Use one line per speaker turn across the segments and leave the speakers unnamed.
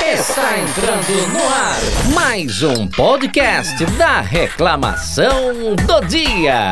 Está entrando no ar mais um podcast da reclamação do dia.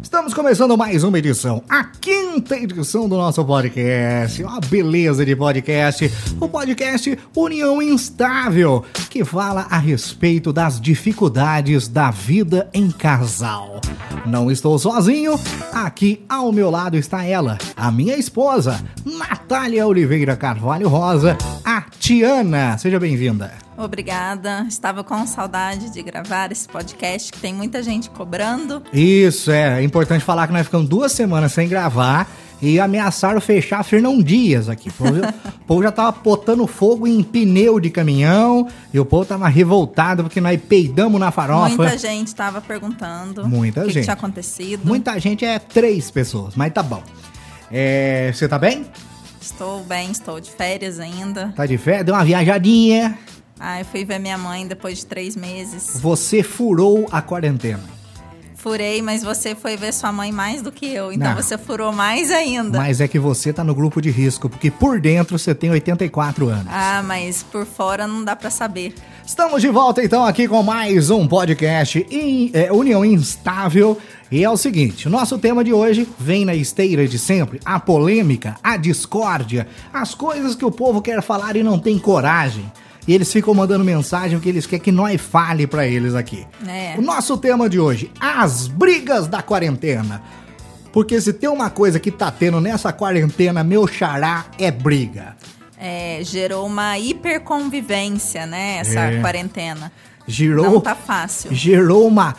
Estamos começando mais uma edição, a quinta edição do nosso podcast. Uma beleza de podcast, o podcast União Instável, que fala a respeito das dificuldades da vida em casal. Não estou sozinho, aqui ao meu lado está ela, a minha esposa, Natália Oliveira Carvalho Rosa, a Tiana. Seja bem-vinda.
Obrigada. Estava com saudade de gravar esse podcast que tem muita gente cobrando.
Isso, é, é importante falar que nós ficamos duas semanas sem gravar e ameaçaram fechar Fernão Dias aqui. O povo, já- o povo já tava botando fogo em pneu de caminhão e o povo tava revoltado porque nós peidamos na farofa.
Muita gente estava perguntando
Ah, Muita
o que, que
gente.
tinha acontecido.
Muita gente é três pessoas, mas tá bom. É, você tá bem?
Estou bem, estou de férias ainda.
Tá de fé? Deu uma viajadinha.
Ah, eu fui ver minha mãe depois de três meses.
Você furou a quarentena.
Furei, mas você foi ver sua mãe mais do que eu. Então
Não.
você furou mais ainda.
Mas é que você tá no grupo de risco, porque por dentro você tem 84 anos.
Ah, mas por fora não dá pra saber.
Estamos de volta então aqui com mais um podcast em, é, União Instável. E é o seguinte, o nosso tema de hoje vem na esteira de sempre, a polêmica, a discórdia, as coisas que o povo quer falar e não tem coragem. E eles ficam mandando mensagem que eles querem que nós fale pra eles aqui.
É.
O nosso tema de hoje, as brigas da quarentena. Porque se tem uma coisa que tá tendo nessa quarentena, meu xará, é briga.
É, gerou uma hiperconvivência, né? Essa
É.
quarentena.
Girou
Não tá fácil.
gerou uma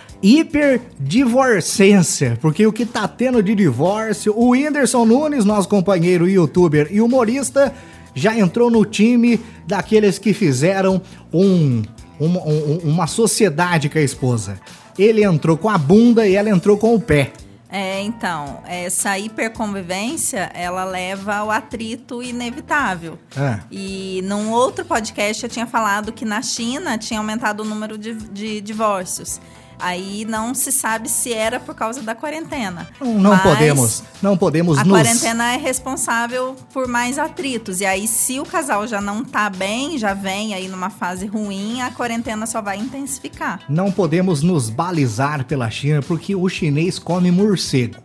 hiperdivorcência, porque o que tá tendo de divórcio, o Whindersson Nunes, nosso companheiro youtuber e humorista, já entrou no time daqueles que fizeram um, uma, um- uma sociedade com a esposa. Ele entrou com a bunda e ela entrou com o pé.
É, então, essa hiperconvivência, ela leva ao atrito inevitável.
É.
E num outro podcast eu tinha falado que na China tinha aumentado o número de, de divórcios. Aí não se sabe se era por causa da quarentena.
Não, não
Mas
podemos, não podemos
A
nos...
quarentena é responsável por mais atritos. E aí, se o casal já não tá bem, já vem aí numa fase ruim, a quarentena só vai intensificar.
Não podemos nos balizar pela China porque o chinês come morcego.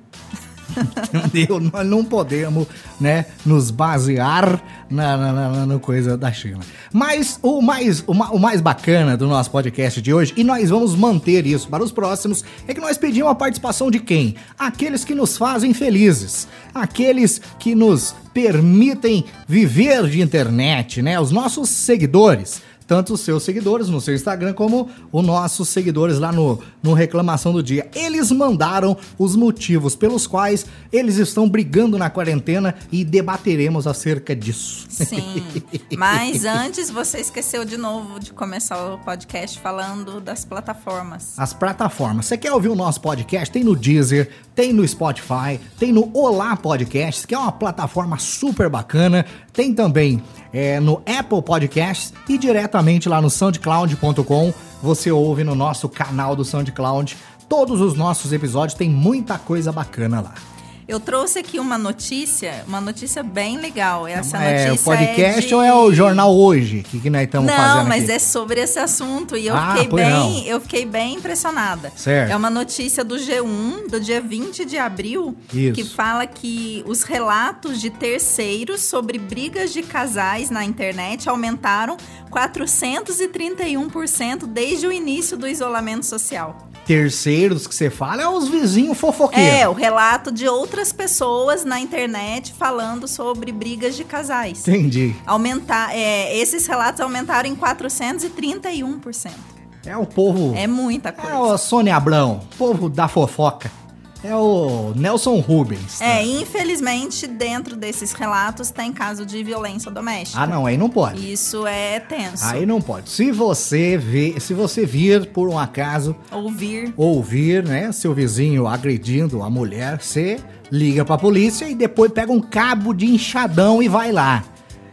Entendeu? Nós não podemos né, nos basear na, na- na- na- na coisa da China. Mas o mais, o, ma- o mais bacana do nosso podcast de hoje, e nós vamos manter isso para os próximos, é que nós pedimos a participação de quem? Aqueles que nos fazem felizes. Aqueles que nos permitem viver de internet, né? Os nossos seguidores tanto os seus seguidores no seu Instagram como os nossos seguidores lá no, no Reclamação do Dia. Eles mandaram os motivos pelos quais eles estão brigando na quarentena e debateremos acerca disso.
Sim. Mas antes você esqueceu de novo de começar o podcast falando das plataformas.
As plataformas. Você quer ouvir o nosso podcast? Tem no Deezer, tem no Spotify, tem no Olá Podcasts, que é uma plataforma super bacana. Tem também é, no Apple Podcasts e diretamente lá no soundcloud.com. Você ouve no nosso canal do SoundCloud. Todos os nossos episódios tem muita coisa bacana lá.
Eu trouxe aqui uma notícia, uma notícia bem legal. Essa
é
notícia
o podcast
de-
ou é o jornal hoje? O que, que nós estamos fazendo?
Não, mas
aqui?
é sobre esse assunto e eu
Ah,
fiquei
pois
bem,
não.
eu fiquei bem impressionada.
Certo.
É uma notícia do G1 do dia 20 de abril
Isso.
que fala que os relatos de terceiros sobre brigas de casais na internet aumentaram 431% desde o início do isolamento social.
Terceiros que você fala é os vizinhos fofoqueiros.
É, o relato de outras pessoas na internet falando sobre brigas de casais.
Entendi.
Aumentar, é, esses relatos aumentaram em 431%.
É o povo.
É muita
É
coisa.
o Sônia Abrão, povo da fofoca. É o Nelson Rubens. Né?
É, infelizmente, dentro desses relatos tem caso de violência doméstica.
Ah, não, aí não pode.
Isso é tenso.
Aí não pode. Se você vê, se você vir por um acaso
Ouvir.
ouvir, né, seu vizinho agredindo a mulher, você liga pra polícia e depois pega um cabo de enxadão e vai lá.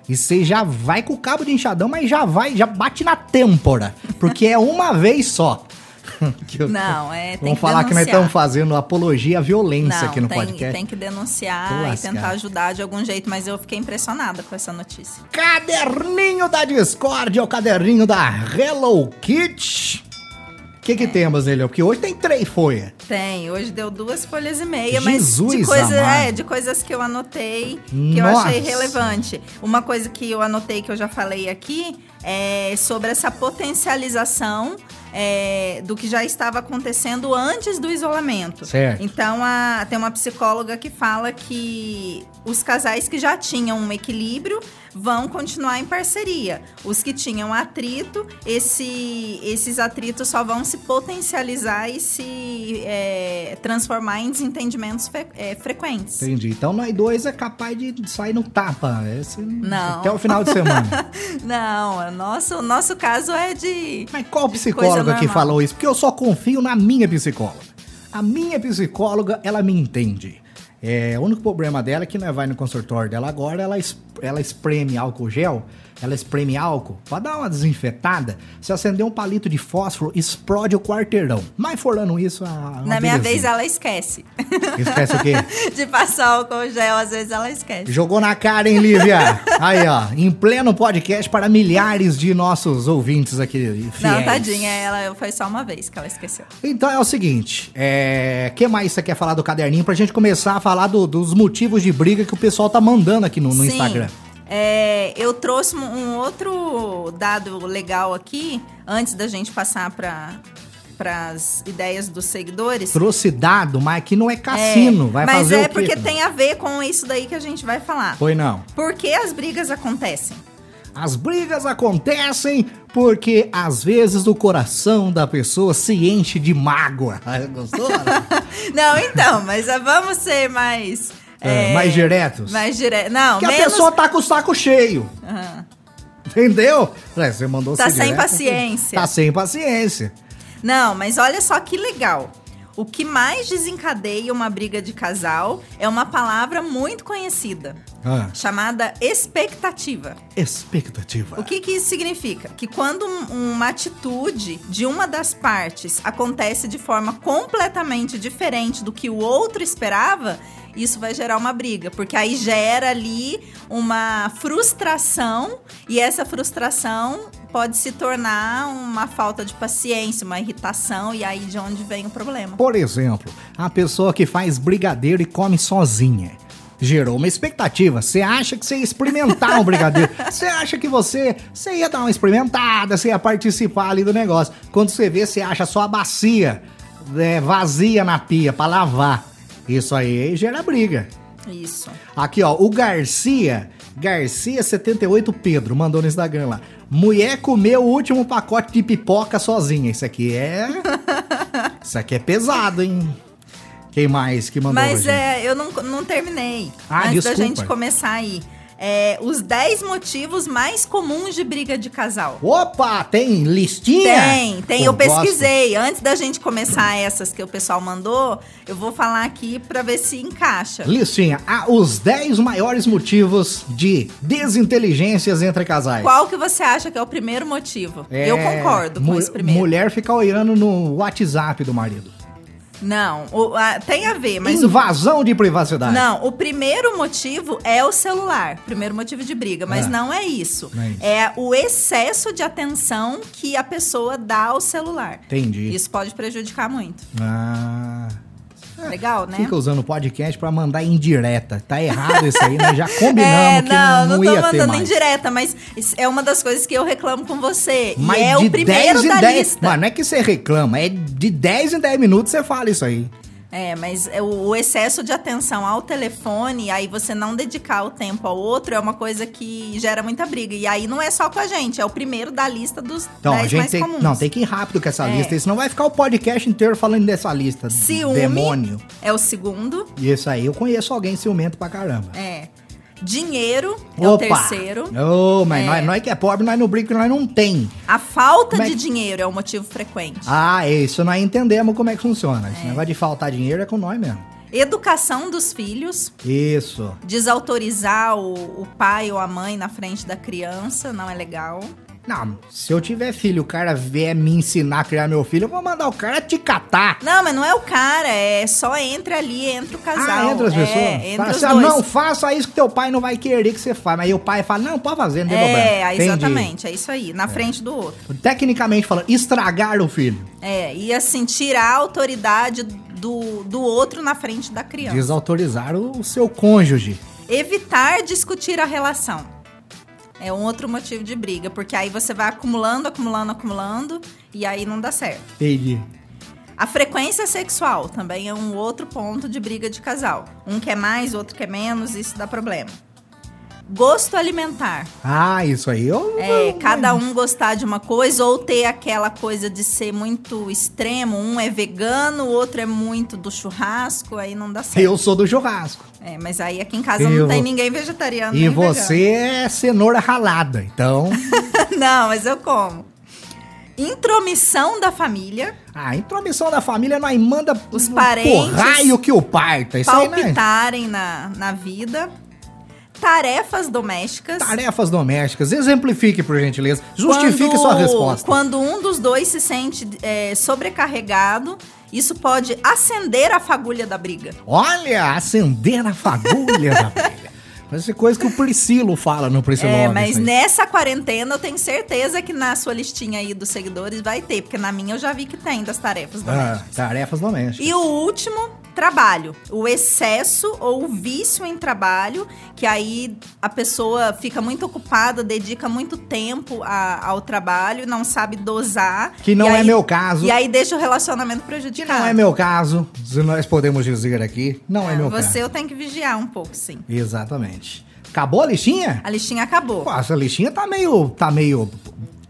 E você já vai com o cabo de enxadão, mas já vai, já bate na têmpora, porque é uma vez só. Que eu-
Não, é, tem
Vamos
que
falar que nós
denunciar.
estamos fazendo apologia à violência
Não,
aqui no
tem,
podcast.
tem que denunciar
Tô
e
lascado.
tentar ajudar de algum jeito, mas eu fiquei impressionada com essa notícia.
Caderninho da Discord é o caderninho da Hello Kitty. O que, que temos nele? Porque hoje tem três folhas.
Tem, hoje deu duas folhas e meia, mas de,
Jesus
coisa,
amado.
é, de coisas que eu anotei, que eu
Nossa.
achei relevante. Uma coisa que eu anotei, que eu já falei aqui, é sobre essa potencialização é, do que já estava acontecendo antes do isolamento.
Certo.
Então, a- tem uma psicóloga que fala que os casais que já tinham um equilíbrio vão continuar em parceria. Os que tinham atrito, esse- esses atritos só vão se potencializar e se é, transformar em desentendimentos fre- é, frequentes.
Entendi. Então nós dois é capaz de sair no tapa. Esse-
Não.
Até o final de semana.
Não, o nosso, o nosso caso é de.
Mas qual psicóloga que
normal.
falou isso? Porque eu só confio na minha psicóloga. A minha psicóloga, ela me entende. É, o único problema dela é que nós vai no consultório dela agora, ela, es- ela espreme álcool gel, ela espreme álcool pra dar uma desinfetada. Se acender um palito de fósforo, explode o quarteirão. Mas forando isso, a,
Na minha vez, ela esquece.
Esquece o quê?
de passar álcool gel, às vezes ela esquece.
Jogou na cara, hein, Lívia? Aí, ó, em pleno podcast para milhares de nossos ouvintes aqui. Fiéis.
Não, tadinha, é ela foi só uma vez que ela esqueceu.
Então é o seguinte, é... que mais você quer falar do caderninho pra gente começar a falar do- dos motivos de briga que o pessoal tá mandando aqui no, no
Sim.
Instagram?
É, eu trouxe um- um outro dado legal aqui, antes da gente passar para as ideias dos seguidores.
Trouxe dado, mas aqui não é cassino,
É,
vai
mas
fazer
é
o quê?
porque tem a ver com isso daí que a gente vai falar.
Foi não.
Por que as brigas acontecem?
As brigas acontecem porque às vezes o coração da pessoa se enche de mágoa. Gostou?
Não, então, mas ah, vamos ser mais.
É,
é,
mais diretos.
mais dire- Não,
que a
menos.
pessoa tá com o saco cheio.
Aham.
Entendeu? É, Você mandou
Tá
ser
sem
direto,
paciência.
Tá sem paciência.
Não, mas olha só que legal. O que mais desencadeia uma briga de casal é uma palavra muito conhecida,
Ah,
chamada expectativa.
expectativa.
O que, que isso significa? Que quando um- uma atitude de uma das partes acontece de forma completamente diferente do que o outro esperava, isso vai gerar uma briga, porque aí gera ali uma frustração e essa frustração pode se tornar uma falta de paciência, uma irritação e aí de onde vem o problema.
Por exemplo, a pessoa que faz brigadeiro e come sozinha. Gerou uma expectativa. Você acha que você ia experimentar um brigadeiro. Você acha que você, você ia dar uma experimentada, você ia participar ali do negócio. Quando você vê, você acha só a bacia é, vazia na pia pra lavar. Isso aí gera briga.
Isso.
Aqui, ó, o Garcia, Garcia78 Pedro, mandou no Instagram lá. Mulher comeu o último pacote de pipoca sozinha. Isso aqui é. Isso aqui é pesado, hein? Quem mais que mandou
Mas
hoje?
é, eu não, não terminei.
Ah,
antes
desculpa.
da gente começar aí. É, os 10 motivos mais comuns de briga de casal.
Opa, tem listinha?
Tem, tem.
Pô,
eu
gosto.
pesquisei. Antes da gente começar essas que o pessoal mandou, eu vou falar aqui pra ver se encaixa.
Listinha, ah, os 10 maiores motivos de desinteligências entre casais.
Qual que você acha que é o primeiro motivo?
É,
eu concordo com
mu-
esse primeiro.
Mulher fica olhando no WhatsApp do marido.
Não, o- ah, tem a ver, mas o
Invasão de privacidade.
Não, o primeiro motivo é o celular. Primeiro motivo de briga, mas
Ah.
não é isso.
Não é isso.
É o excesso de atenção que a pessoa dá ao celular.
Entendi.
Isso pode prejudicar muito.
Ah.
Legal, né?
Fica usando o podcast pra mandar indireta. Tá errado isso aí, nós já combinamos
é,
que
não,
não,
não,
ia
tô
ter
mandando
mais.
em direta, mas isso é uma das coisas que eu reclamo com você.
Mas
e é
de
o primeiro
10 em
da
10,
lista.
Mas não é que você reclama, é de 10 em 10 minutos você fala isso aí.
É, mas é o- o excesso de atenção ao telefone, aí você não dedicar o tempo ao outro, é uma coisa que gera muita briga. E aí não é só com a gente, é o primeiro da lista dos
Então,
10
a gente
mais
tem,
comuns.
não, tem que ir rápido com essa
É.
lista, senão vai ficar o podcast inteiro falando dessa lista.
Ciúme.
Demônio.
É o segundo.
E isso aí, eu conheço alguém ciumento pra caramba.
É. Dinheiro é o
Opa!
terceiro.
Ô, mas nós, nós que é pobre, nós não brinca, nós não tem.
A falta
Como é
de
que-
dinheiro é o motivo frequente.
Ah, é isso nós entendemos como é que funciona. Esse negócio de faltar dinheiro é com nós mesmo.
Educação dos filhos.
Isso.
Desautorizar o, o pai ou a mãe na frente da criança não é legal.
Não, se eu tiver filho, o cara vier me ensinar a criar meu filho, eu vou mandar o cara te catar.
Não, mas não é o cara, é só entra ali, entra o casal.
Ah, entre as
é,
pessoas?
entre
Fala
os
assim, ah,
dois.
não, faça isso que teu pai não vai querer que você faça. Aí o pai fala, não, pode fazer, não tem
É,
problema.
aí,
Entendi.
exatamente, é isso aí, na frente do outro.
Tecnicamente falando, estragar o filho.
É, e assim, tirar a autoridade do, do outro na frente da criança.
Desautorizar o, o seu cônjuge.
Evitar discutir a relação. É um outro motivo de briga, porque aí você vai acumulando, acumulando, acumulando, e aí não dá certo.
Entendi.
A frequência sexual também é um outro ponto de briga de casal. Um quer mais, outro quer menos, isso dá problema. Gosto alimentar.
Ah, isso aí eu.
É, cada um gostar de uma coisa ou ter aquela coisa de ser muito extremo. Um é vegano, o outro é muito do churrasco, aí não dá certo.
Eu sou do churrasco.
É, mas aí aqui em casa
Eu-
não tem ninguém vegetariano.
E
nem
você é cenoura ralada. Então.
vegano. não, mas eu como. Intromissão da família,
A Ah, intromissão da família nós manda
Os
pro
parentes
raio que o parta. Isso aí, né?
palpitarem na, na vida. Tarefas domésticas.
Tarefas domésticas. Exemplifique, por gentileza. Justifique
Quando-
sua resposta.
Quando um dos dois se sente é, sobrecarregado, isso pode acender a fagulha da briga.
Olha, acender a fagulha da briga. Parece é coisa que o Priscilo fala no Priscilo.
É,
Homem,
mas
isso aí.
nessa quarentena eu tenho certeza que na sua listinha aí dos seguidores vai ter, porque na minha eu já vi que tem das tarefas
Ah,
domésticas.
tarefas domésticas.
E o último, trabalho. O excesso ou o vício em trabalho, que aí a pessoa fica muito ocupada, dedica muito tempo a- ao trabalho, não sabe dosar.
Que não
e
é
aí-
meu caso.
E aí deixa o relacionamento
Que
prejudicado.
não é meu caso. Se nós podemos dizer aqui, não é, meu
Ah, Você
caso.
eu tenho que vigiar um pouco, sim.
Exatamente. Acabou a lixinha?
A listinha acabou.
Pô, essa lixinha tá meio. tá meio.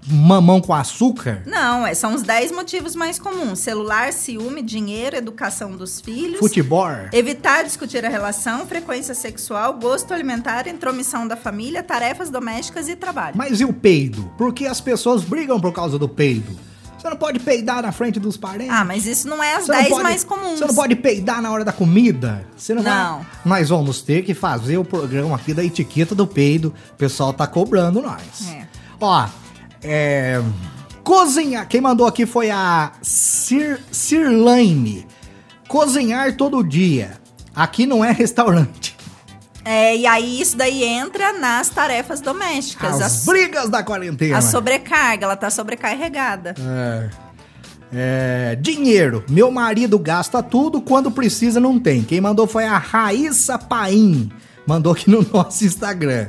mamão com açúcar.
Não, é- são os 10 motivos mais comuns: celular, ciúme, dinheiro, educação dos filhos.
Futebol.
Evitar discutir a relação, frequência sexual, gosto alimentar, intromissão da família, tarefas domésticas e trabalho.
Mas e o peido? Por que as pessoas brigam por causa do peido? Você não pode peidar na frente dos parentes?
Ah, mas isso não é as
Você não
10
pode-
mais comuns.
Você não pode peidar na hora da comida? Você não,
Não.
vai- Nós vamos ter que fazer o programa aqui da etiqueta do peido. O pessoal tá cobrando nós.
É.
Ó, é... Cozinhar. Quem mandou aqui foi a Cir... Cirlaine. Cozinhar todo dia. Aqui não é restaurante.
É, e aí isso daí entra nas tarefas domésticas.
As
As-
brigas da quarentena.
a sobrecarga, ela tá sobrecarregada.
É. É, dinheiro. Meu marido gasta tudo, quando precisa não tem. Quem mandou foi a Raíssa Paim. Mandou aqui no nosso Instagram.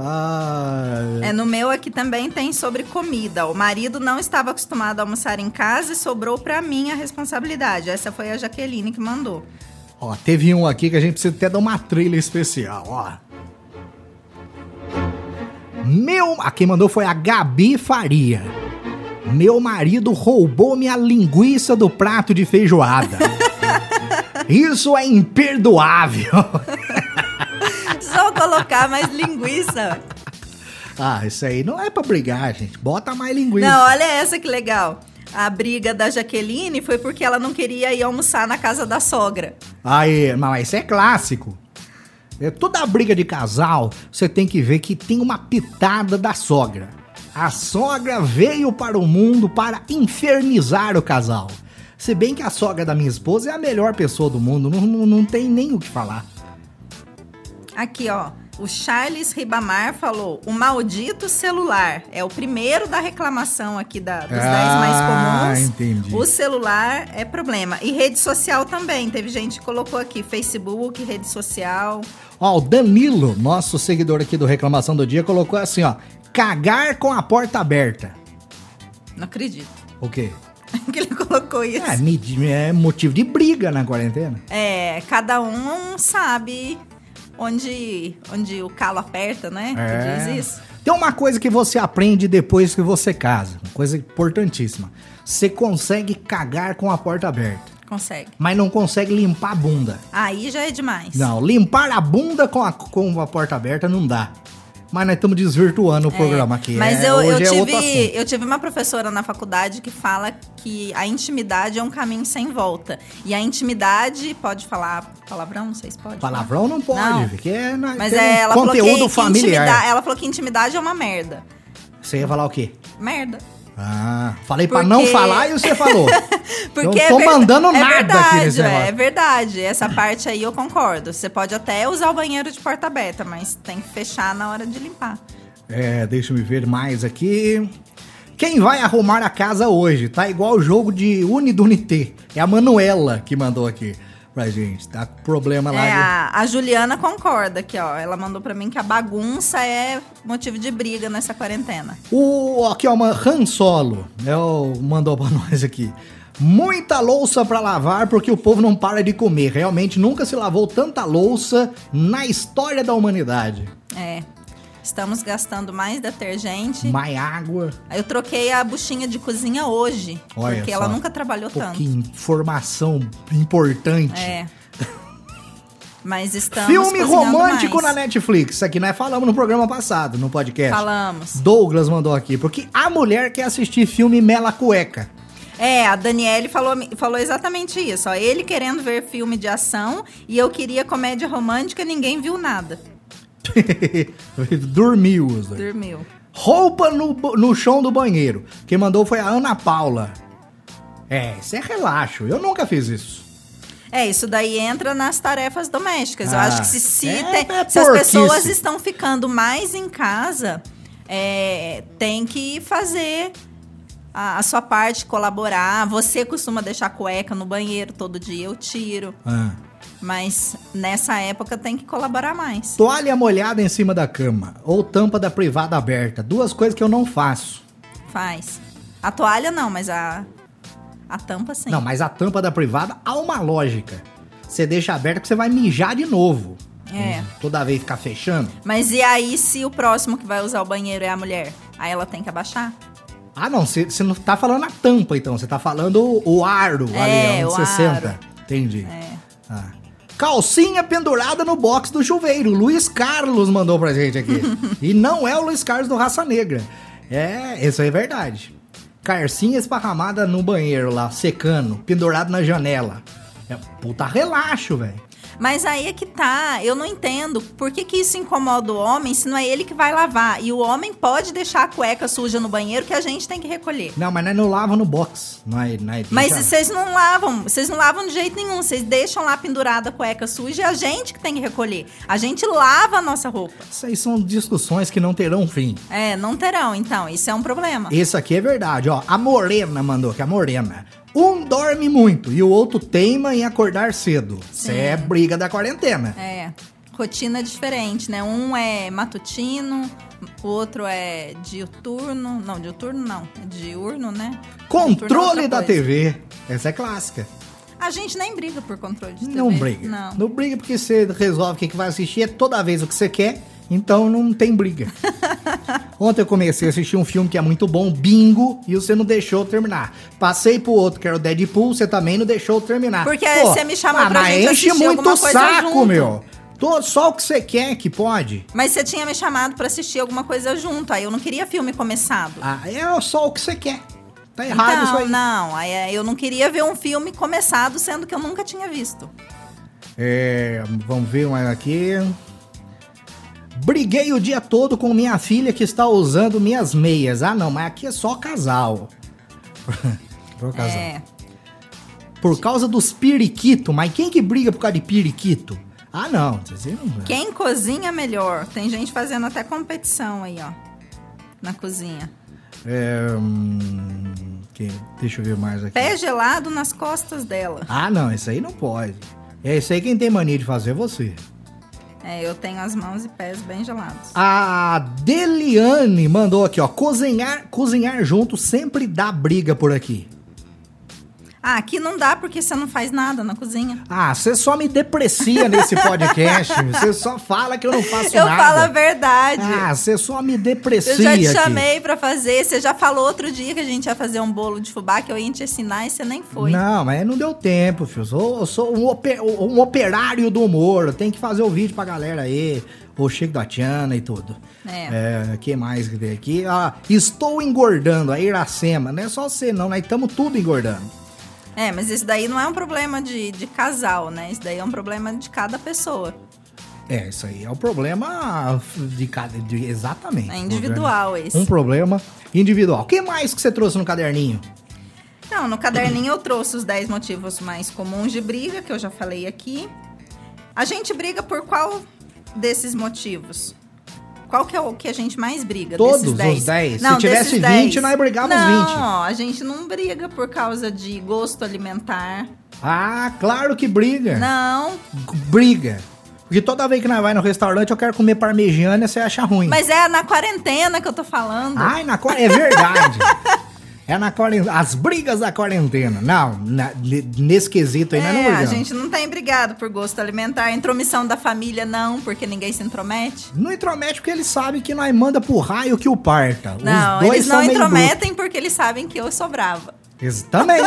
Ah,
É, no meu aqui também tem sobre comida. O marido não estava acostumado a almoçar em casa e sobrou pra mim a responsabilidade. Essa foi a Jaqueline que mandou.
ó, teve um aqui que a gente precisa até dar uma trilha especial, ó. Meu, a quem mandou foi a Gabi Faria. Meu marido roubou minha linguiça do prato de feijoada. Isso é imperdoável.
Só colocar mais linguiça.
Ah, isso aí não é pra brigar, gente. Bota mais linguiça.
Não, olha essa que legal. A briga da Jaqueline foi porque ela não queria ir almoçar na casa da sogra.
Aí, mas isso é clássico. É, toda briga de casal, você tem que ver que tem uma pitada da sogra. A sogra veio para o mundo para infernizar o casal. Se bem que a sogra da minha esposa é a melhor pessoa do mundo, não, não, não tem nem o que falar.
Aqui, ó. O Charles Ribamar falou: o maldito celular. É o primeiro da reclamação aqui da- dos 10
Ah,
mais comuns.
entendi.
O celular é problema. E rede social também. Teve gente que colocou aqui: Facebook, rede social.
Ó, o Danilo, nosso seguidor aqui do Reclamação do Dia, colocou assim, ó. Cagar com a porta aberta.
Não acredito
O quê?
que ele colocou isso.
É, medi- é motivo de briga na quarentena.
É, cada um sabe onde, onde o calo aperta, né?
É.
Que diz isso.
Tem uma coisa que você aprende depois que você casa, uma coisa importantíssima. Você consegue cagar com a porta aberta,
Consegue.
mas não consegue limpar a bunda.
Aí já é demais.
Não, limpar a bunda com a, com a porta aberta não dá. Mas nós estamos desvirtuando o programa aqui.
Mas
é,
eu, eu
hoje é outro
tive,
assunto.
eu tive uma professora na faculdade que fala que a intimidade é um caminho sem volta. E a intimidade, pode falar palavrão? Não sei se pode. falar.
Palavrão não pode,
Não.
porque é na-
Mas
tem
é,
um
ela falou
conteúdo
que, que
familiar.
intimida- ela falou que intimidade é uma merda.
Você ia falar o quê?
Merda.
Ah, falei pra
Porque-
não falar e você falou.
Porque
não
é
tô
verda-
mandando
é
nada
verdade,
aqui nesse
é,
negócio.
É verdade, essa parte aí eu concordo. Você pode até usar o banheiro de porta aberta, mas tem que fechar na hora de limpar.
É, deixa eu ver mais aqui. Quem vai arrumar a casa hoje? Tá igual o jogo de Unidunité. É a Manuela que mandou aqui pra gente. Tá com problema lá.
É,
de-
a, a Juliana concorda aqui, ó. Ela mandou pra mim que a bagunça é motivo de briga nessa quarentena.
O, aqui, ó, uma Han Solo. É o, mandou pra nós aqui. Muita louça pra lavar porque o povo não para de comer. Realmente nunca se lavou tanta louça na história da humanidade.
É. Estamos gastando mais detergente.
Mais água.
Eu troquei a buchinha de cozinha hoje,
Olha
porque
só.
ela nunca trabalhou
Que
tanto.
informação importante.
É. Mas estamos
Filme
cozinhando
romântico
mais.
na Netflix. Isso aqui nós falamos no programa passado, no podcast.
Falamos.
Douglas mandou aqui, porque a mulher quer assistir filme Mela Cueca.
É, a Daniele falou, falou exatamente isso. Ó. Ele querendo ver filme de ação e eu queria comédia romântica, ninguém viu nada.
Dormiu os dois.
Dormiu.
Roupa no, bo- no chão do banheiro. Quem mandou foi a Ana Paula. É, isso é relaxo. Eu nunca fiz isso.
É, isso daí entra nas tarefas domésticas. Eu
Ah,
acho que se, se,
é-
tem-
é
se as
porquice.
pessoas estão ficando mais em casa, é, tem que fazer a, a sua parte, colaborar. Você costuma deixar cueca no banheiro todo dia, eu tiro.
Ah.
Mas nessa época tem que colaborar mais.
Toalha molhada em cima da cama ou tampa da privada aberta. Duas coisas que eu não faço.
Faz. A toalha não, mas a, a tampa sim.
Não, mas a tampa da privada há uma lógica. Você deixa aberta que você vai mijar de novo.
É.
Hum, Toda vez ficar fechando.
Mas e aí se o próximo que vai usar o banheiro é a mulher? Aí ela tem que abaixar?
Ah, não, você você não tá falando a tampa, então. Você tá falando o, o aro ali,
É,
onde
o
você
aro.
senta. Entendi.
É.
Ah. Calcinha pendurada no box do chuveiro. Luiz Carlos mandou pra gente aqui. e não é o Luiz Carlos do Raça Negra. É, isso aí é verdade. Carcinha esparramada no banheiro lá, secando, pendurado na janela. É puta relaxo, velho.
Mas aí é que tá, eu não entendo por que, que isso incomoda o homem se não é ele que vai lavar. E o homem pode deixar a cueca suja no banheiro que a gente tem que recolher.
Não, mas nós não lava no box. Nós, nós
Mas
deixa-
vocês não lavam, vocês não lavam de jeito nenhum, vocês deixam lá pendurada a cueca suja e a gente que tem que recolher. A gente lava a nossa roupa.
Isso aí são discussões que não terão fim.
É, não terão, então, isso é um problema.
Isso aqui é verdade, ó. A Morena mandou aqui, a Morena. Um dorme muito e o outro teima em acordar cedo. Isso é briga da quarentena.
É, rotina diferente, né? Um é matutino, o outro é diuturno. Não, diuturno não, é diurno, né? Diuturno é
Controle
outra
da
coisa.
TV. Essa é clássica.
A gente nem briga por controle de TV.
Não briga.
Não.
briga porque você resolve o que que vai assistir é toda vez o que você quer, então não tem briga. Ontem eu comecei a assistir um filme que é muito bom, Bingo, e você não deixou eu terminar. Passei pro outro, que era o Deadpool, você também não deixou eu terminar. ah,
Porque você me chamou pra
mas
gente
enche
assistir
muito
alguma
o
coisa
saco,
junto.
meu. Tô, só o que você quer que pode.
Mas você tinha me chamado pra assistir alguma coisa junto, aí eu não queria filme começado.
Ah, é só o que você quer. Tá errado isso
não,
aí.
não, aí é, eu não queria ver um filme começado, sendo que eu nunca tinha visto.
É, vamos ver mais aqui. Briguei o dia todo com minha filha que está usando minhas meias. Ah, não, mas aqui é só casal. Por, casal.
É,
por causa dos periquito. Mas quem que briga por causa de periquito? Ah, não. Você não...
quem cozinha melhor? Tem gente fazendo até competição aí, ó. Na cozinha.
É, hum, quem- Deixa eu ver mais aqui.
Pé gelado nas costas dela.
Ah, não, isso aí não pode. É isso aí quem tem mania de fazer é você.
É, eu tenho as mãos e pés bem gelados.
A Deliane mandou aqui, ó. Cozinhar, cozinhar junto sempre dá briga por aqui.
Ah, aqui não dá porque você não faz nada na cozinha.
Ah, você só me deprecia nesse podcast. Você só fala que eu não faço
eu
nada.
falo a verdade.
Ah, você só me deprecia.
Eu já te
aqui.
chamei pra fazer. Você já falou outro dia que a gente ia fazer um bolo de fubá que eu ia te ensinar e você nem foi.
Não, mas não deu tempo, filho. Eu sou, eu sou um, ope- um operário do humor. Eu tenho que fazer o vídeo pra galera aí. O Chico da Tiana e tudo.
É.
É, que mais que tem aqui? Ah, estou engordando, a Iracema. Não é só você, não. Nós estamos tudo engordando.
É, mas isso daí não é um problema de, de casal, né? Isso daí é um problema de cada pessoa.
É, isso aí é o problema de cada. de- exatamente.
É individual
Problema-
esse.
Um problema individual. O que mais que você trouxe no caderninho?
Não, no caderninho eu trouxe os 10 motivos mais comuns de briga, que eu já falei aqui. A gente briga por qual desses motivos? Qual que é o que a gente mais briga?
Todos
desses
os
10?
10. Se
Não,
tivesse
desses 10.
20, nós brigávamos
não,
20.
Não, a gente não briga por causa de gosto alimentar.
Ah, claro que briga.
Não,
Briga. Porque toda vez que nós vai no restaurante, eu quero comer parmegiana e você acha ruim.
mas é na quarentena que eu tô falando.
Ai, na quar- é verdade. é na quarentena. As brigas da quarentena. Não, na- ne- nesse quesito aí nós não
é, a
brigamos.
gente não tem brigado por gosto alimentar. Intromissão da família, não, porque ninguém se intromete.
Não intromete porque ele sabe que nós manda pro raio que o parta.
Não,
Os dois
eles
são
não
meio
intrometem porque eles sabem que eu sou brava.
brutos. Eles- Também.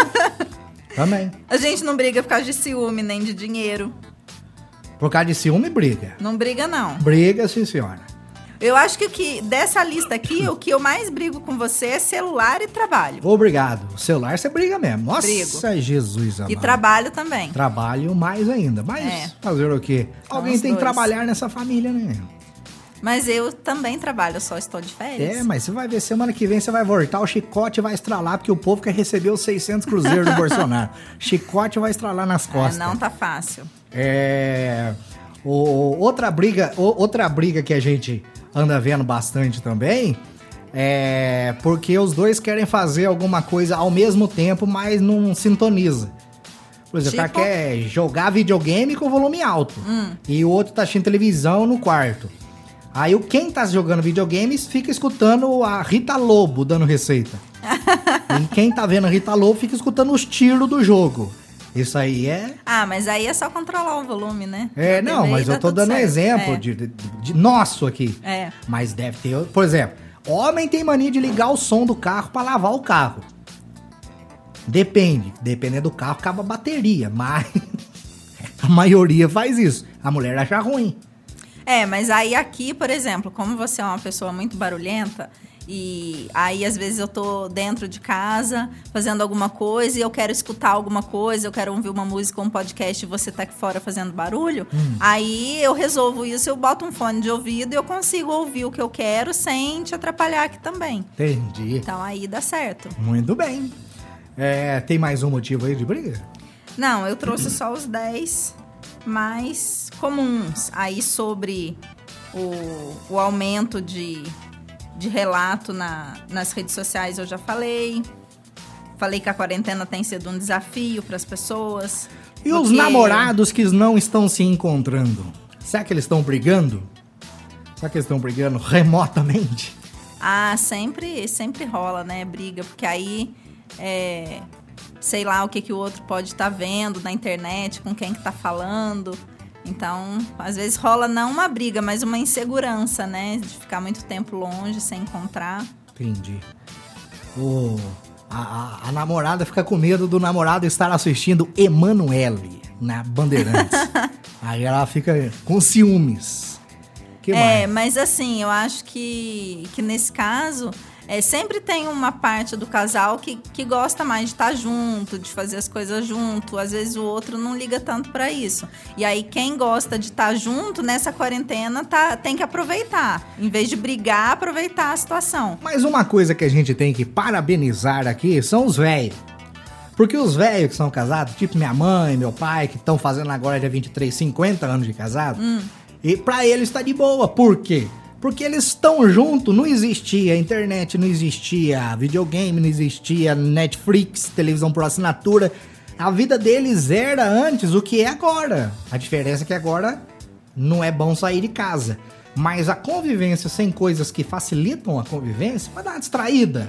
Também.
A gente não briga por causa de ciúme nem de dinheiro.
Por causa de ciúme, briga.
Não briga, não.
Briga, sim, senhora.
Eu acho que, o que dessa lista aqui, o que eu mais brigo com você é celular e trabalho.
Obrigado. O celular você briga mesmo. Nossa,
Brigo.
Jesus amado.
E trabalho também.
Trabalho mais ainda. Mas
É.
fazer o quê?
São
Alguém
os
tem que
dois.
trabalhar nessa família, né?
Mas eu também trabalho, eu só estou de férias.
É, mas você vai ver, semana que vem você vai voltar, o chicote vai estralar, porque o povo quer receber os 600 cruzeiros do Bolsonaro. Chicote vai estralar nas
Ah,
costas.
não tá fácil.
É. o- outra briga, o- outra briga que a gente anda vendo bastante também é porque os dois querem fazer alguma coisa ao mesmo tempo, mas não sintoniza. Por exemplo, o cara
Tipo?
quer jogar videogame com volume alto e o outro tá assistindo televisão no quarto. Aí o quem tá jogando videogames fica escutando a Rita Lobo dando receita. e quem tá vendo a Rita Lobo fica escutando os tiros do jogo. Isso aí é
Ah, mas aí é só controlar o volume, né?
é, não,
Delay
mas
dá
eu tô
tudo
dando um
certo.
exemplo
É.
de, de- de nosso aqui.
É.
Mas deve ter. Por exemplo, homem tem mania de ligar o som do carro pra lavar o carro. Depende. Dependendo do carro, acaba a bateria. Mas a maioria faz isso. A mulher acha ruim.
É, mas aí aqui, por exemplo, como você é uma pessoa muito barulhenta, e aí às vezes eu tô dentro de casa fazendo alguma coisa e eu quero escutar alguma coisa, eu quero ouvir uma música ou um podcast e você tá aqui fora fazendo barulho,
Hum.
aí eu resolvo isso, eu boto um fone de ouvido e eu consigo ouvir o que eu quero sem te atrapalhar aqui também.
Entendi.
Então aí dá certo.
Muito bem. É, tem mais um motivo aí de briga?
Não, eu trouxe só os 10 mais comuns. Aí sobre o, o aumento de, de relato na- nas redes sociais eu já falei. Falei que a quarentena tem sido um desafio para as pessoas.
E os
porque-
namorados que não estão se encontrando? Será que eles estão brigando? Será que eles estão brigando remotamente?
Ah, sempre, sempre rola, né? Briga, porque aí é, sei lá o que, que o outro pode estar vendo na internet, com quem que tá falando. Então, às vezes rola não uma briga, mas uma insegurança, né? De ficar muito tempo longe sem encontrar.
Entendi. O, a, a- a namorada fica com medo do namorado estar assistindo Emanuele na Bandeirantes. Aí ela fica com ciúmes. Que
é,
mais?
mas assim, eu acho que, que nesse caso, é, sempre tem uma parte do casal que, que gosta mais de estar junto, de fazer as coisas junto. Às vezes o outro não liga tanto pra isso. E aí, quem gosta de estar junto nessa quarentena tá, tem que aproveitar. Em vez de brigar, aproveitar a situação.
Mas uma coisa que a gente tem que parabenizar aqui são os velhos. Porque os velhos que são casados, tipo minha mãe, meu pai, que estão fazendo agora dia 23, 50 anos de casado, e pra eles tá de boa. Por quê? Porque eles estão juntos, não existia internet, não existia videogame, não existia Netflix, televisão por assinatura. A vida deles era antes o que é agora. A diferença é que agora não é bom sair de casa. Mas a convivência sem coisas que facilitam a convivência vai dar uma distraída.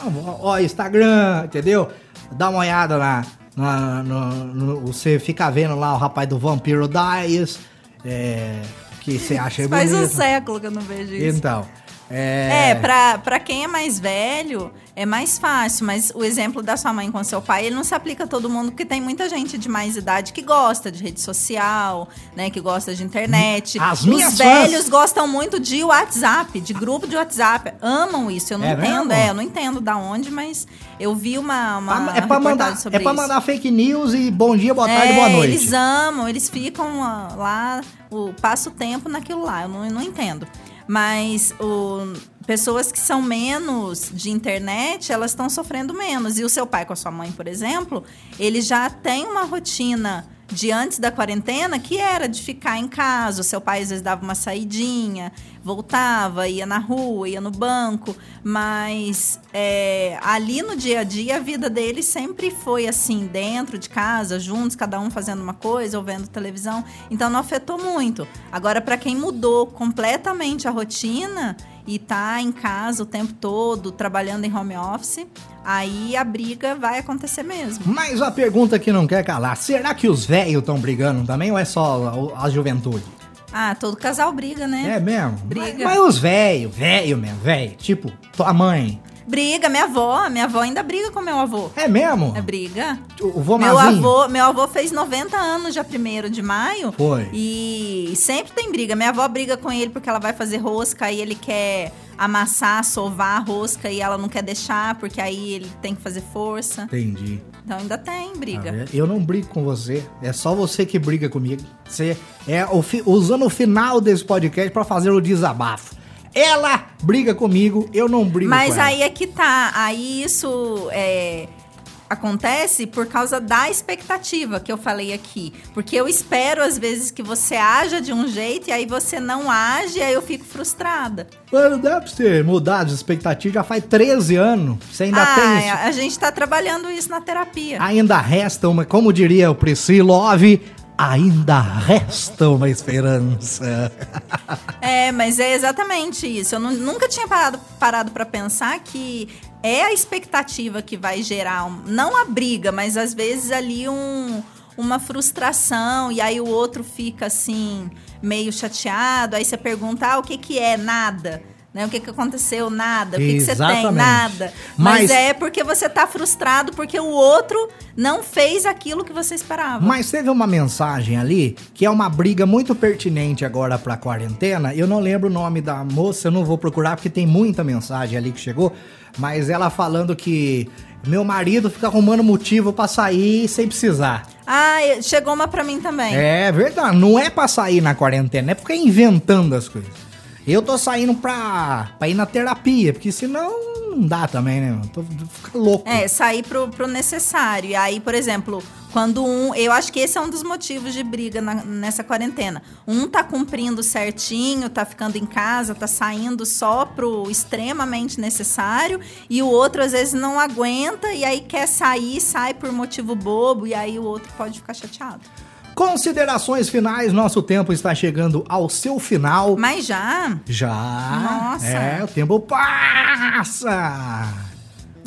Não, ó, ó, Instagram, entendeu? Dá uma olhada lá. na- no- no- você fica vendo lá o rapaz do Vampiro Dias, é, que você acha
Faz um
É bonito.
século que eu não vejo isso.
Então,
É, pra, pra quem é mais velho, é mais fácil, mas o exemplo da sua mãe com seu pai, ele não se aplica a todo mundo, porque tem muita gente de mais idade que gosta de rede social, né, que gosta de internet.
As minhas
Os velhos
fãs-
gostam muito de WhatsApp, de grupo de WhatsApp, amam isso, eu não
É
entendo,
mesmo?
é, eu não entendo da onde, mas eu vi uma, uma
é pra
reportagem
mandar,
sobre
é pra
isso.
mandar fake news e bom dia, boa tarde,
É,
boa noite.
Eles amam, eles ficam ah, lá, o, passa o tempo naquilo lá, eu não, eu não entendo. Mas o- pessoas que são menos de internet, elas estão sofrendo menos. E o seu pai com a sua mãe, por exemplo, ele já tem uma rotina de antes da quarentena que era de ficar em casa. O seu pai às vezes dava uma saidinha, voltava, ia na rua, ia no banco. Mas é, ali no dia a dia, a vida dele sempre foi assim, dentro de casa, juntos, cada um fazendo uma coisa ou vendo televisão. Então não afetou muito. Agora, para quem mudou completamente a rotina e tá em casa o tempo todo, trabalhando em home office, aí a briga vai acontecer mesmo.
Mas a pergunta que não quer calar, será que os velhos estão brigando também ou é só a, a juventude?
Ah, todo casal briga, né?
É mesmo?
Briga.
Mas, mas os velhos, velho mesmo, velho, tipo tua mãe,
Briga, minha avó, minha avó ainda briga com meu avô.
é mesmo?
É briga?
O vô
Meu
Mazinho?
avô, meu avô fez 90 anos já 1 de maio.
Foi.
E sempre tem briga. Minha avó briga com ele porque ela vai fazer rosca e ele quer amassar, sovar a rosca e ela não quer deixar, porque aí ele tem que fazer força.
Entendi.
Então ainda tem
Tá
briga.
vendo? Eu não brigo com você, é só você que briga comigo. Você é o fi- usando o final desse podcast pra fazer o desabafo. Ela briga comigo, eu não brigo
Mas
com ela.
aí é que tá. Aí isso é, acontece por causa da expectativa que eu falei aqui. Porque eu espero, às vezes, que você haja de um jeito e aí você não age, e aí eu fico frustrada.
Mano, dá pra você mudar de expectativa já faz 13 anos. Você ainda
ah,
tem isso. Ah.
a- a gente tá trabalhando isso na terapia.
Ainda resta uma, como diria o Priscilo Love, ainda resta uma esperança.
É, mas é exatamente isso. Eu nu- nunca tinha parado parado para pensar que é a expectativa que vai gerar, um- não a briga, mas às vezes ali um, uma frustração e aí o outro fica assim meio chateado. Aí você pergunta, ah, o que que é nada? Né? O que, que aconteceu? Nada. O que, que você tem?
Exatamente.
Nada. Mas,
Mas-
é porque você tá frustrado porque o outro não fez aquilo que você esperava.
Mas teve uma mensagem ali que é uma briga muito pertinente agora pra quarentena. Eu não lembro o nome da moça, eu não vou procurar porque tem muita mensagem ali que chegou. Mas ela falando que meu marido fica arrumando motivo pra sair sem precisar.
Ah, eu- chegou uma pra mim também.
É verdade, não é pra sair na quarentena, é pra ficar inventando as coisas. Eu tô saindo pra, pra ir na terapia, porque senão não dá também, né? mano? Tô, tô fica louco.
É, sair pro, pro necessário. E aí, por exemplo, quando um. Eu acho que esse é um dos motivos de briga na- nessa quarentena. Um tá cumprindo certinho, tá ficando em casa, tá saindo só pro extremamente necessário. E o outro, às vezes, não aguenta e aí quer sair, sai por motivo bobo. E aí o outro pode ficar chateado.
Considerações finais, nosso tempo está chegando ao seu final.
Mas já.
Já.
Nossa.
É, o tempo passa.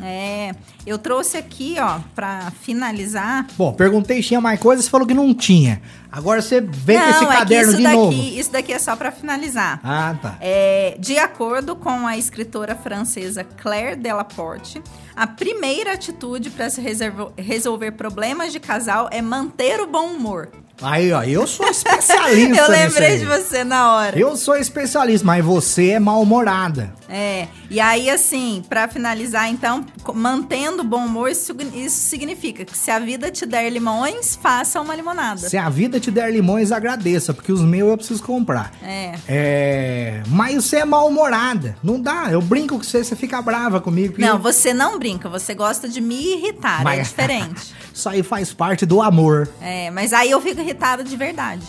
É. Eu trouxe aqui, ó, pra finalizar.
Bom, perguntei se tinha mais coisa, você falou que não tinha. Agora você vem com esse
Não, é que
caderno
isso
de
daqui,
novo.
Isso daqui é só pra finalizar.
Ah, tá.
É, de acordo com a escritora francesa Claire Delaporte, a primeira atitude para se reservo- resolver problemas de casal é manter o bom humor.
Aí, ó, eu sou especialista.
Eu
é nisso
lembrei
aí.
de você na hora.
Eu sou especialista, mas você é mal-humorada.
É, e aí assim, pra finalizar então, co- mantendo o bom humor, isso, isso significa que se a vida te der limões, faça uma limonada.
Se a vida te der limões, agradeça, porque os meus eu preciso comprar.
É.
É. Mas você é mal-humorada. Não dá. Eu brinco com você, você fica brava comigo. porque
Não, você não brinca, você gosta de me irritar, é
Mas-
diferente.
Isso aí faz parte do amor.
É, mas aí eu fico irritada de verdade.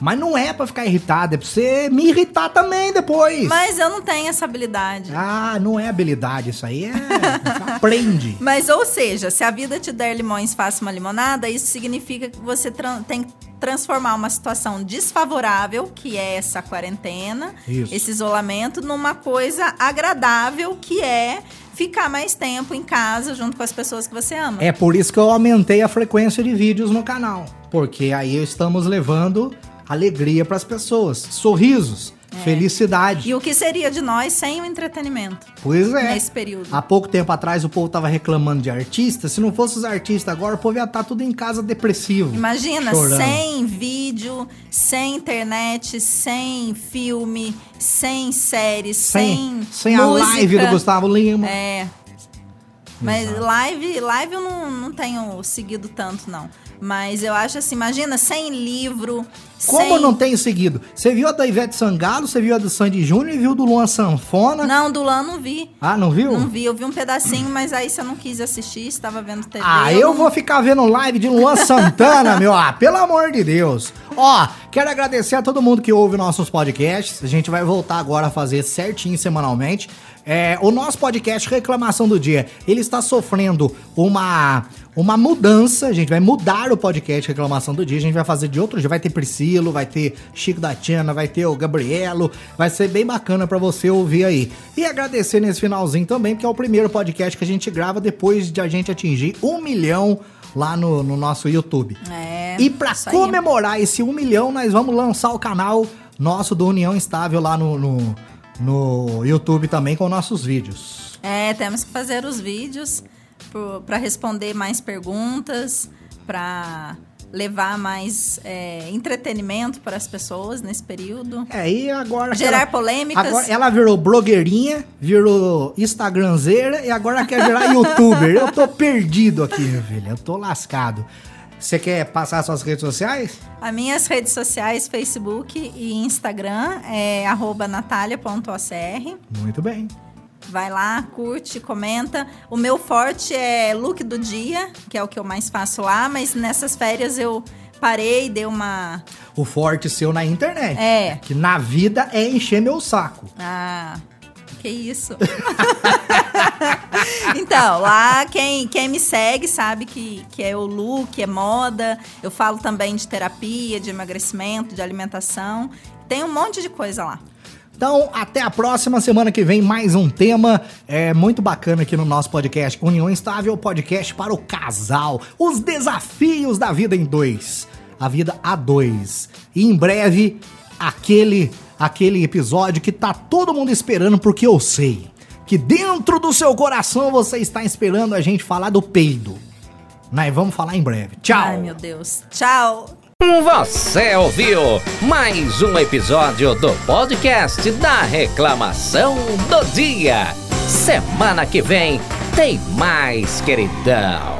Mas não é pra ficar irritado, é pra você me irritar também depois.
Mas eu não tenho essa habilidade.
Ah, não é habilidade, isso aí é. Aprende.
Mas, ou seja, se a vida te der limões, faça uma limonada, isso significa que você tran- tem que transformar uma situação desfavorável, que é essa quarentena,
Isso.
esse isolamento, numa coisa agradável, que é ficar mais tempo em casa junto com as pessoas que você ama.
É por isso que eu aumentei a frequência de vídeos no canal. Porque aí estamos levando alegria pras pessoas, sorrisos. Felicidade.
É. E o que seria de nós sem o entretenimento
Pois é.
nesse período?
Há pouco tempo atrás o povo tava reclamando de artista. Se não fosse os artistas agora, o povo ia estar tudo em casa depressivo.
Imagina,
chorando.
sem vídeo, sem internet, sem filme, sem série, sem.
sem, sem a
música.
live do Gustavo Lima.
É. Mas live, live eu não, não tenho seguido tanto, não. Mas eu acho assim, imagina, sem livro,
Como
sem...
eu não tenho seguido? Você viu a da Ivete Sangalo, você viu a do Sandy Júnior e viu do Luan Sanfona?
Não, do Lan não vi.
Ah, tá? não viu?
Não vi, eu vi um pedacinho, mas aí você não quis assistir, estava vendo TV.
Ah, eu
não-
vou ficar vendo live de Luan Santana, meu. Ah, pelo amor de Deus. Ó, quero agradecer a todo mundo que ouve nossos podcasts. A gente vai voltar agora a fazer certinho semanalmente. É, o nosso podcast Reclamação do Dia, ele está sofrendo uma uma mudança. A gente vai mudar o podcast Reclamação do Dia. A gente vai fazer de outro jeito. Vai ter Priscilo, vai ter Chico da Tiana, vai ter o Gabrielo. Vai ser bem bacana pra você ouvir aí. E agradecer nesse finalzinho também, porque é o primeiro podcast que a gente grava depois de a gente atingir um milhão lá no, no nosso YouTube.
É,
E pra
isso aí.
comemorar esse 1 milhão, nós vamos lançar o canal nosso do União Estável lá no, no, no YouTube também com nossos vídeos.
É, temos que fazer os vídeos para responder mais perguntas, para levar mais é, entretenimento para as pessoas nesse período.
É, e agora.
Gerar polêmicas.
Agora ela virou blogueirinha, virou Instagramzeira e agora quer virar youtuber. Eu tô perdido aqui, minha filha. Eu tô lascado. Você quer passar suas redes sociais?
As minhas redes sociais, Facebook e Instagram, é arroba natalia.ocr.
Muito bem.
Vai lá, curte, comenta. O meu forte é look do dia, que é o que eu mais faço lá, mas nessas férias eu parei, dei uma.
O forte seu na internet.
É.
Que na vida é encher meu saco.
Ah, que isso? então, lá quem, quem me segue sabe que, que é o look, é moda. Eu falo também de terapia, de emagrecimento, de alimentação. Tem um monte de coisa lá.
Então, até a próxima semana que vem, mais um tema é muito bacana aqui no nosso podcast União Estável, podcast para o casal, os desafios da vida em dois, a vida a dois. E em breve, aquele aquele episódio que tá todo mundo esperando porque eu sei que dentro do seu coração você está esperando a gente falar do peido. Nós vamos falar em breve. Tchau.
Ai, meu Deus. Tchau.
Você ouviu mais um episódio do podcast da Reclamação do Dia. Semana que vem tem mais, queridão.